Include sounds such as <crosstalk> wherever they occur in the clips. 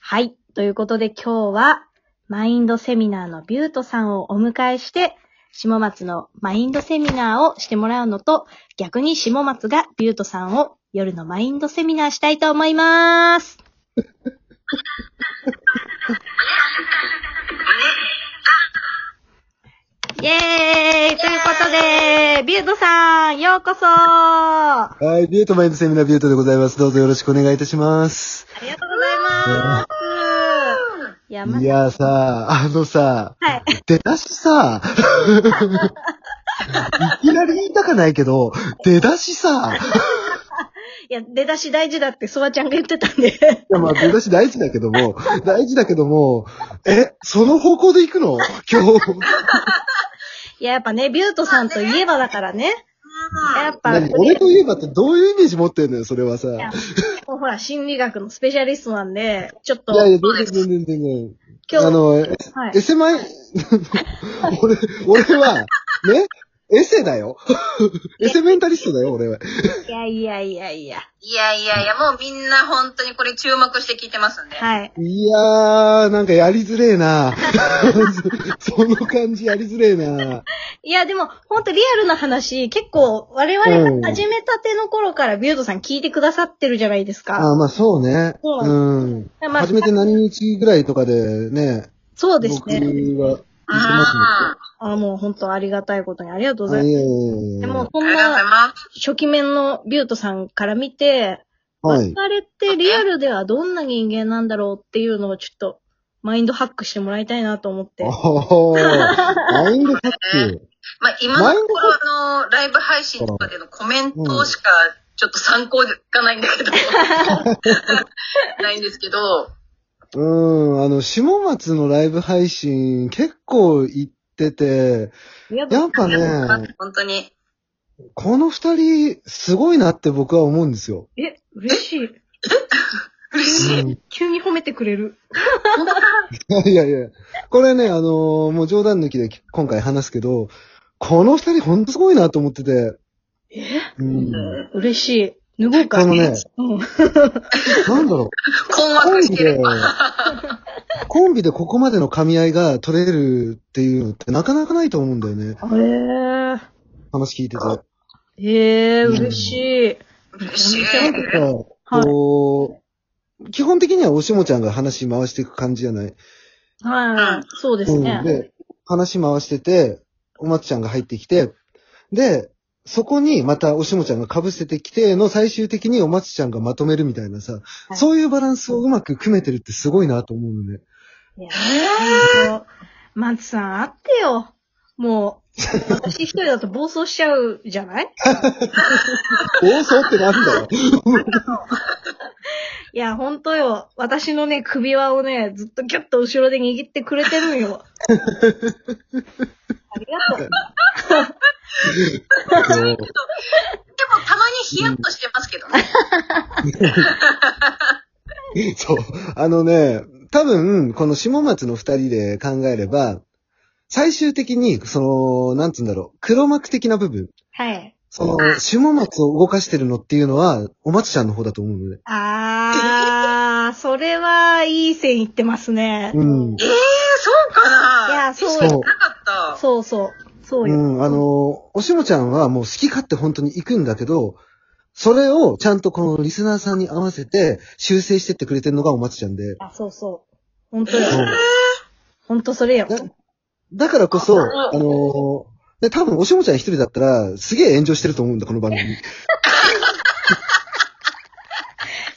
はい。ということで今日は、マインドセミナーのビュートさんをお迎えして、下松のマインドセミナーをしてもらうのと、逆に下松がビュートさんを夜のマインドセミナーしたいと思い <laughs> ます。イェーイということで、ビュートさん、ようこそあはい、ビュートマインドセミナービュートでございます。どうぞよろしくお願いいたします。りがとうございます。いや、まいやーさあ、あのさ、はい。出だしさ、いきなり言いたかないけど、出だしさ、いいや、出だし大事だって、ソワちゃんが言ってたんで。やまあ出だし大事だけども、大事だけども、え、その方向で行くの今日。いや、やっぱね、ビュートさんといえばだからね。やっぱ、何俺といえばってどういうイメージ持ってんのよ、それはさ。いややほら、心理学のスペシャリストなんで、ちょっと、いや、全然全然全然。今日あの、はいエセマイ、俺、俺は、ね、エセだよ。 <laughs> エセメンタリストだよ、俺は。いやいやいやいや。いやいやいや、もうみんな本当にこれ注目して聞いてますんで。はい。いやー、なんかやりづれえな <laughs> その感じやりづれえないや、でも、ほんとリアルな話、結構、我々が始めたての頃からビュートさん聞いてくださってるじゃないですか。あーまあそうね。そううん。まあ初めて何日ぐらいとかでね、そうです僕はね。行ってまああもう本当ありがたいことにありがとうごすざいね。ます。いやいやいでやいもや、こあんりがとうござないます。初期面のビュートさんから見て、はい。我々ってリアルではどんな人間なんだろうっていうのをちょっとマインドハックしてもらいたいなと思って。おー、マインドタック。まあ、今のところあの、ライブ配信とかでのコメントしか、ちょっと参考でかないんだ <laughs> けど。ないんですけど、うん、あの、下松のライブ配信結構行ってて、いややっぱね、本当に。この二人すごいなって僕は思うんですよ。 <laughs> え、嬉しい。嬉しい。うん急に褒めてくれる。いやいやいや。これね、あのーもう冗談抜きで今回話すけど、この二人ほんとすごいなと思ってて。えうん。嬉しい。脱ごうか。あのねうんなんだろう。困コン惑しビてるで。、 <laughs> コンビでここまでの噛み合いが取れるっていうのってなかなかないと思うんだよね。えー。話聞いてて。なんかえー、うん嬉しい。嬉しい。さ、こう、基本的にはおしもちゃんが話回していく感じじゃない。はい。そうですうねん。で、話回してて、お松ちゃんが入ってきて、で、そこにまたおしもちゃんが被せてきての最終的にお松ちゃんがまとめるみたいなさ、いそういうバランスをうまく組めてるってすごいなと思うの <laughs> ね。いや本当マツさん、あってよ。もう、私一人だと暴走しちゃうじゃない暴走ってなんだよ。いや、ほんとよ。私のね、首輪をね、ずっとギュッと後ろで握ってくれてるん <laughs> よ。ありがとう。でもたまにヒヤッとしてますけどね。そう。あのね、多分、この下松の二人で考えれば、最終的に、その、なんつうんだろう、黒幕的な部分。はい。その、下松を動かしてるのっていうのは、お松ちゃんの方だと思うのね。 <laughs> あー、それは、いい線いってますね。うん。ええー、そうかないやそう意識してなかった。そうそう。そううよ。ん、あの、おしもちゃんはもう好き勝手本当に行くんだけど、それをちゃんとこのリスナーさんに合わせて修正してってくれてるのがお松ちゃん <laughs> で。あ、そうそう。ほんとよ。ほんとそれよ。だだからこそ、あの、で、多分おしもちゃん一人だったら、すげえ炎上してると思うんだ、この番 <laughs> 組。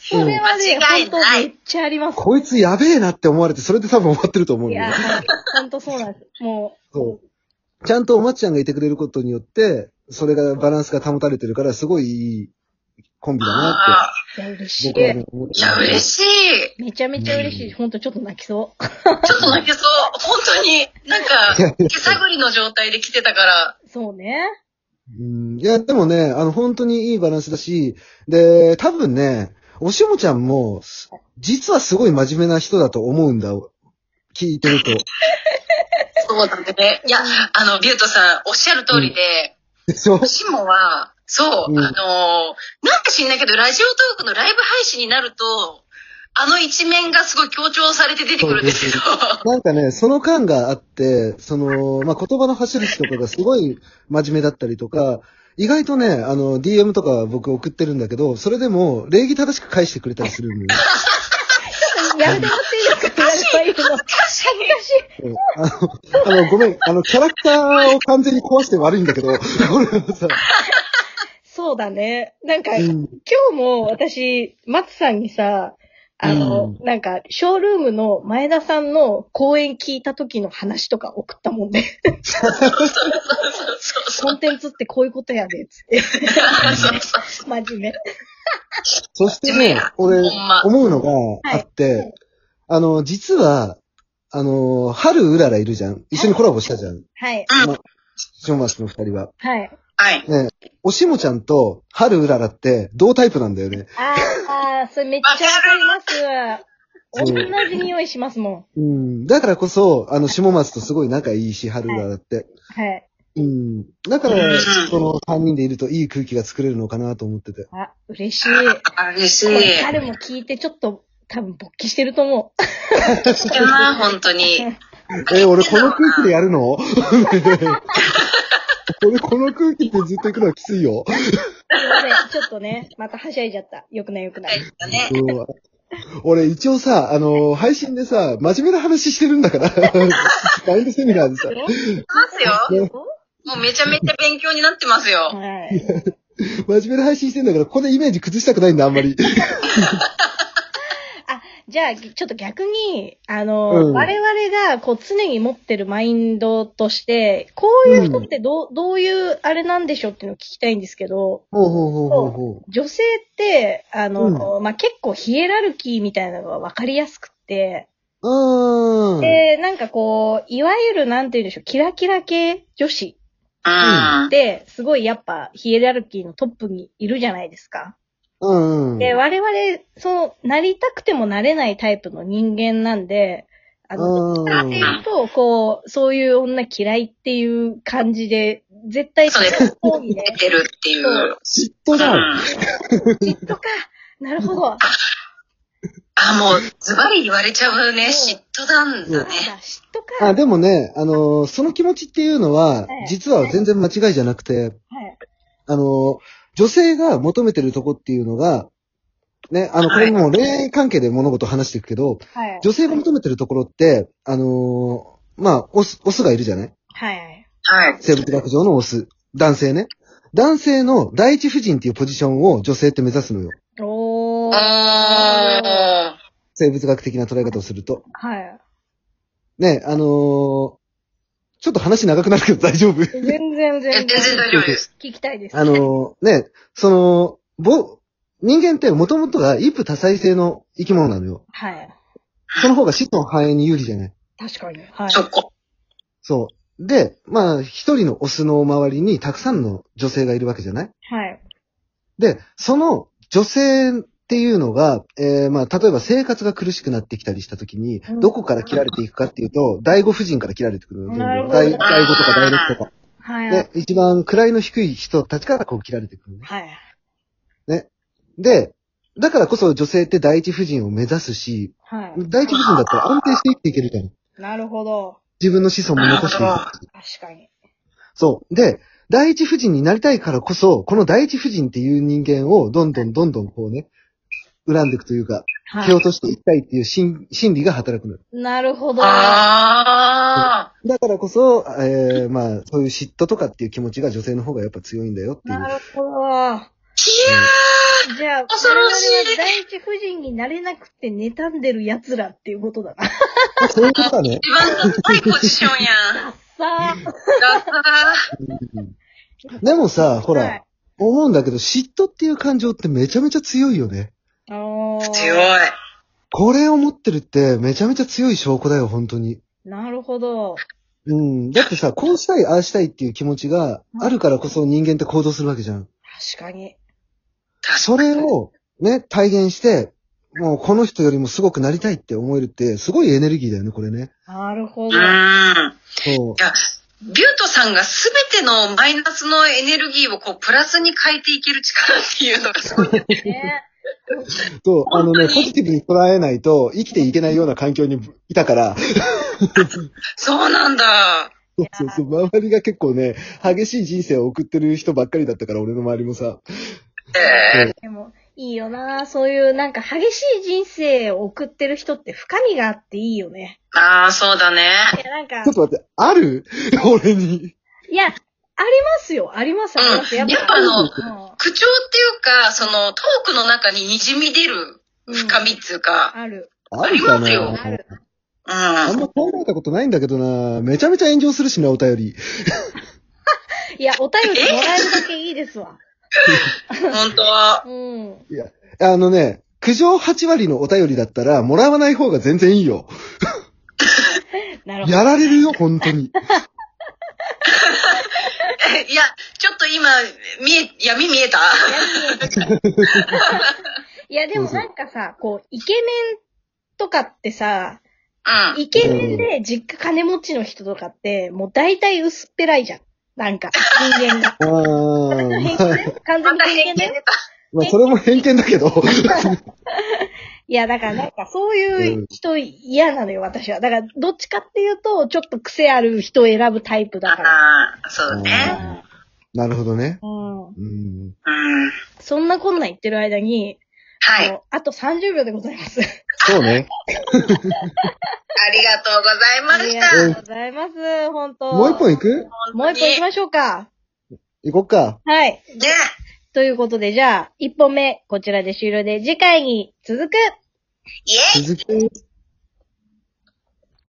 それはね、間違ほいんとなめいっちゃあります。こいつやべえなって思われて、それで多分終わってると思ういんだや、よ。はいほんとそうなんです。もそう。ちゃんとお松ちゃんがいてくれることによって、それがバランスが保たれてるから、すごいいいコンビだなっ、あう、いや、嬉してい僕。はね思ってーいや、嬉しい。めちゃめちゃ嬉しい。ほんとちょっと泣きそう。ちょっと泣けそう。本当に、なんか、手探りの状態で来てたから。そうね。うんいや、でもね、あの、本当にいいバランスだし、で、多分ね、おしもちゃんも、す実はすごい真面目な人だと思うんだ。聞いてると。そうだね。いや、あの、ビュートさん、おっしゃる通りで、でしょシモは、そう、うんあのーなんか知んないけど、ラジオトークのライブ配信になると、あの一面がすごい強調されて出てくるんですけど。なんかね、その感があって、その、まあ、言葉の走る人とかがすごい真面目だったりとか、意外とね、あの、DM とか僕送ってるんだけど、それでも礼儀正しく返してくれたりするん <laughs> で、やめてほしいよ、これ言うの。うんあの、あの、ごめん、あの、キャラクターを完全に壊して悪いんだけど、これはさ、そうだね。なんか、うん、今日も私、松さんにさ、あの、なんか、ショールームの前田さんの講演聞いた時の話とか送ったもん <laughs> ね。そうそうそう。コンテンツってこういうことやで、つって。 <laughs> そうそう真面目。そしてね、俺、ほんま。思うのがあって、はいあの、実は、あの、春うららいるじゃん。一緒にコラボしたじゃん。はい。うん。ショーマスの二人は。はい。はい。ねえおしもちゃんと春うららって同タイプなんだよね。あーあー、それめっちゃわかります。同じ匂いしますもん。うん。だからこそ、あの、下松とすごい仲いいし、春うららって。はい。うん。だかうらん、この三人でいるといい空気が作れるのかなと思ってて。あ、嬉しい。こあ嬉しい。れ彼も聞いてちょっと多分勃起してると思う。聞けな、本当に。え、俺この空気でやる <laughs> の <laughs> 俺この空気でずっと行くのはきついよ。すいません。ちょっとね、またはしゃいじゃった。よくないよくない。だね。うん俺一応さ、あの配信でさ、真面目な話してるんだから。 <laughs> マインドセミナーでさ。ますよ。ねもうめちゃめちゃ勉強になってますよ。はい。真面目な配信してんだから、ここでイメージ崩したくないんだ、あんまり。じゃあ、ぎちょっと逆に、あの、うん我々がこう常に持ってるマインドとして、こういう人ってどう、どういうあれなんでしょうっていうのを聞きたいんですけど、ほうほうほうほうほう。女性って、あの、まあ、結構ヒエラルキーみたいなのが分かりやすくって、うーん。で、なんかこう、いわゆるなんて言うんでしょう、キラキラ系女子うんっ。て、すごいやっぱヒエラルキーのトップにいるじゃないですか。うんうん。で、我々、そう、なりたくてもなれないタイプの人間なんで、あの、どうんっちかっていうと、こう、そういう女嫌いっていう感じで、絶対そうですの方にね <laughs> 出、てるっていう。そう嫉妬じゃん。嫉妬か。なるほど。あ、もう、ズバリ言われちゃうね。嫉妬なんだそうだね。嫉妬か。あ、でもね、あのーその気持ちっていうのはええ、実は全然間違いじゃなくて、はい。あのー女性が求めてるとこっていうのが、ね、あの、これも恋愛関係で物事話していくけど、はい。女性が求めてるところって、あのーまあ、オス、オスがいるじゃないはい。はい。生物学上のオス。男性ね。男性の第一夫人っていうポジションを女性って目指すのよ。おー。おー。生物学的な捉え方をすると。はい。ね、あのーちょっと話長くなるけど大丈夫全然いや全全然然。大丈夫です。聞きたいです。あのーね、その、ぼ、人間ってもともとが一夫多妻制の生き物なのよ。はい。その方が子孫繁栄に有利じゃない確かに。はい。そこ。そう。で、まあ、一人のオスの周りにたくさんの女性がいるわけじゃないはい。で、その女性っていうのが、えーまあ、例えば生活が苦しくなってきたりしたときにうん、どこから切られていくかっていうと、第五夫人から切られてくるの。なる第ほど五第五とか第六とか。はい。で、一番位の低い人たちからこう切られてくるのね。はい。で、だからこそ女性って第一夫人を目指すし、は第一夫人だったら安定して生きていけるじゃん。い。なるほど。自分の子孫も残していなるほくし。確かに。そう。で、第一夫人になりたいからこそ、この第一夫人っていう人間をどんどんどんどんこうね、恨んでいくというか、は蹴落としていきたいっていう心心理が働くのよ。い。なるほど。あだからこそ、えー、まあ、そういう嫉妬とかっていう気持ちが女性の方がやっぱ強いんだよっていう。なるほど。ー。いやじゃあ、恐ろしい我々は第一夫人になれなくて妬んでる奴らっていうことだな。あそういうことだねー、。一番高いポジションやん。さあ、だからでもさ、ほはらい、思うんだけど、嫉妬っていう感情ってめちゃめちゃ強いよね。あのー <laughs> 強い。これを持ってるってめちゃめちゃ強い証拠だよ、本当に。なるほど。うん。だってさ、こうしたい、ああしたいっていう気持ちがあるからこそ人間って行動するわけじゃん。確かに。それを、ね、体現して、もうこの人よりもすごくなりたいって思えるって、すごいエネルギーだよね、これね。なるほうど。ーん。そう。ビュートさんがすべてのマイナスのエネルギーをこう、プラスに変えていける力っていうのがすごい。ね。そう、あのね、本当ポにジティブに捉えないと生きていけないような環境にいたから、そうなんだ。そうそうそう、周りが結構ね、激しい人生を送ってる人ばっかりだったから、俺の周りもさ。えでも、いいよなそういう、なんか激しい人生を送ってる人って深みがあっていいよね。ー、ああ、そうだね。いや、なんかちょ、っと待って、ある <laughs> 俺に。いや、ありますよ。あります、あります。やっやっぱあぱ、の、口調っていうか、その、トークの中に滲み出るうん深みっていうか、ある。あるかなありまある。うん。あんま考えたことないんだけどなめちゃめちゃ炎上するしな、お便り。いや、お便りもらえるだけいいですわ。本当は。うん。あのね、苦情8割のお便りだったら、もらわない方が全然いいよ。なるほど。やられるよ、本当に。えいや、ちょっと今、見え、闇見えたいや、でもなんかさ、こう、イケメンとかってさ、うん。イケメンで実家金持ちの人とかって、もう大体薄っぺらいじゃん。なんか、人間が。あー、偏ま見あ、ね完全まにた偏偏見見出ね。た。まあ、それも偏見だけど。 <laughs> いや、だからなんかそういう人嫌なのよ、私は。だから、どっちかっていうと、ちょっと癖ある人を選ぶタイプだから。ああ、そうね。あーなるほどね。うん。うん。うん。そんなこんなん言ってる間に、はい。あのあと30秒でございます。そうね。ありがとうございまありしがとうた。ございます。本当。もう一本行くもう一本行きましょうか。行こっか。はい。ね。ということで、じゃあ、一本目、こちらで終了で、次回に続くイエイ続き。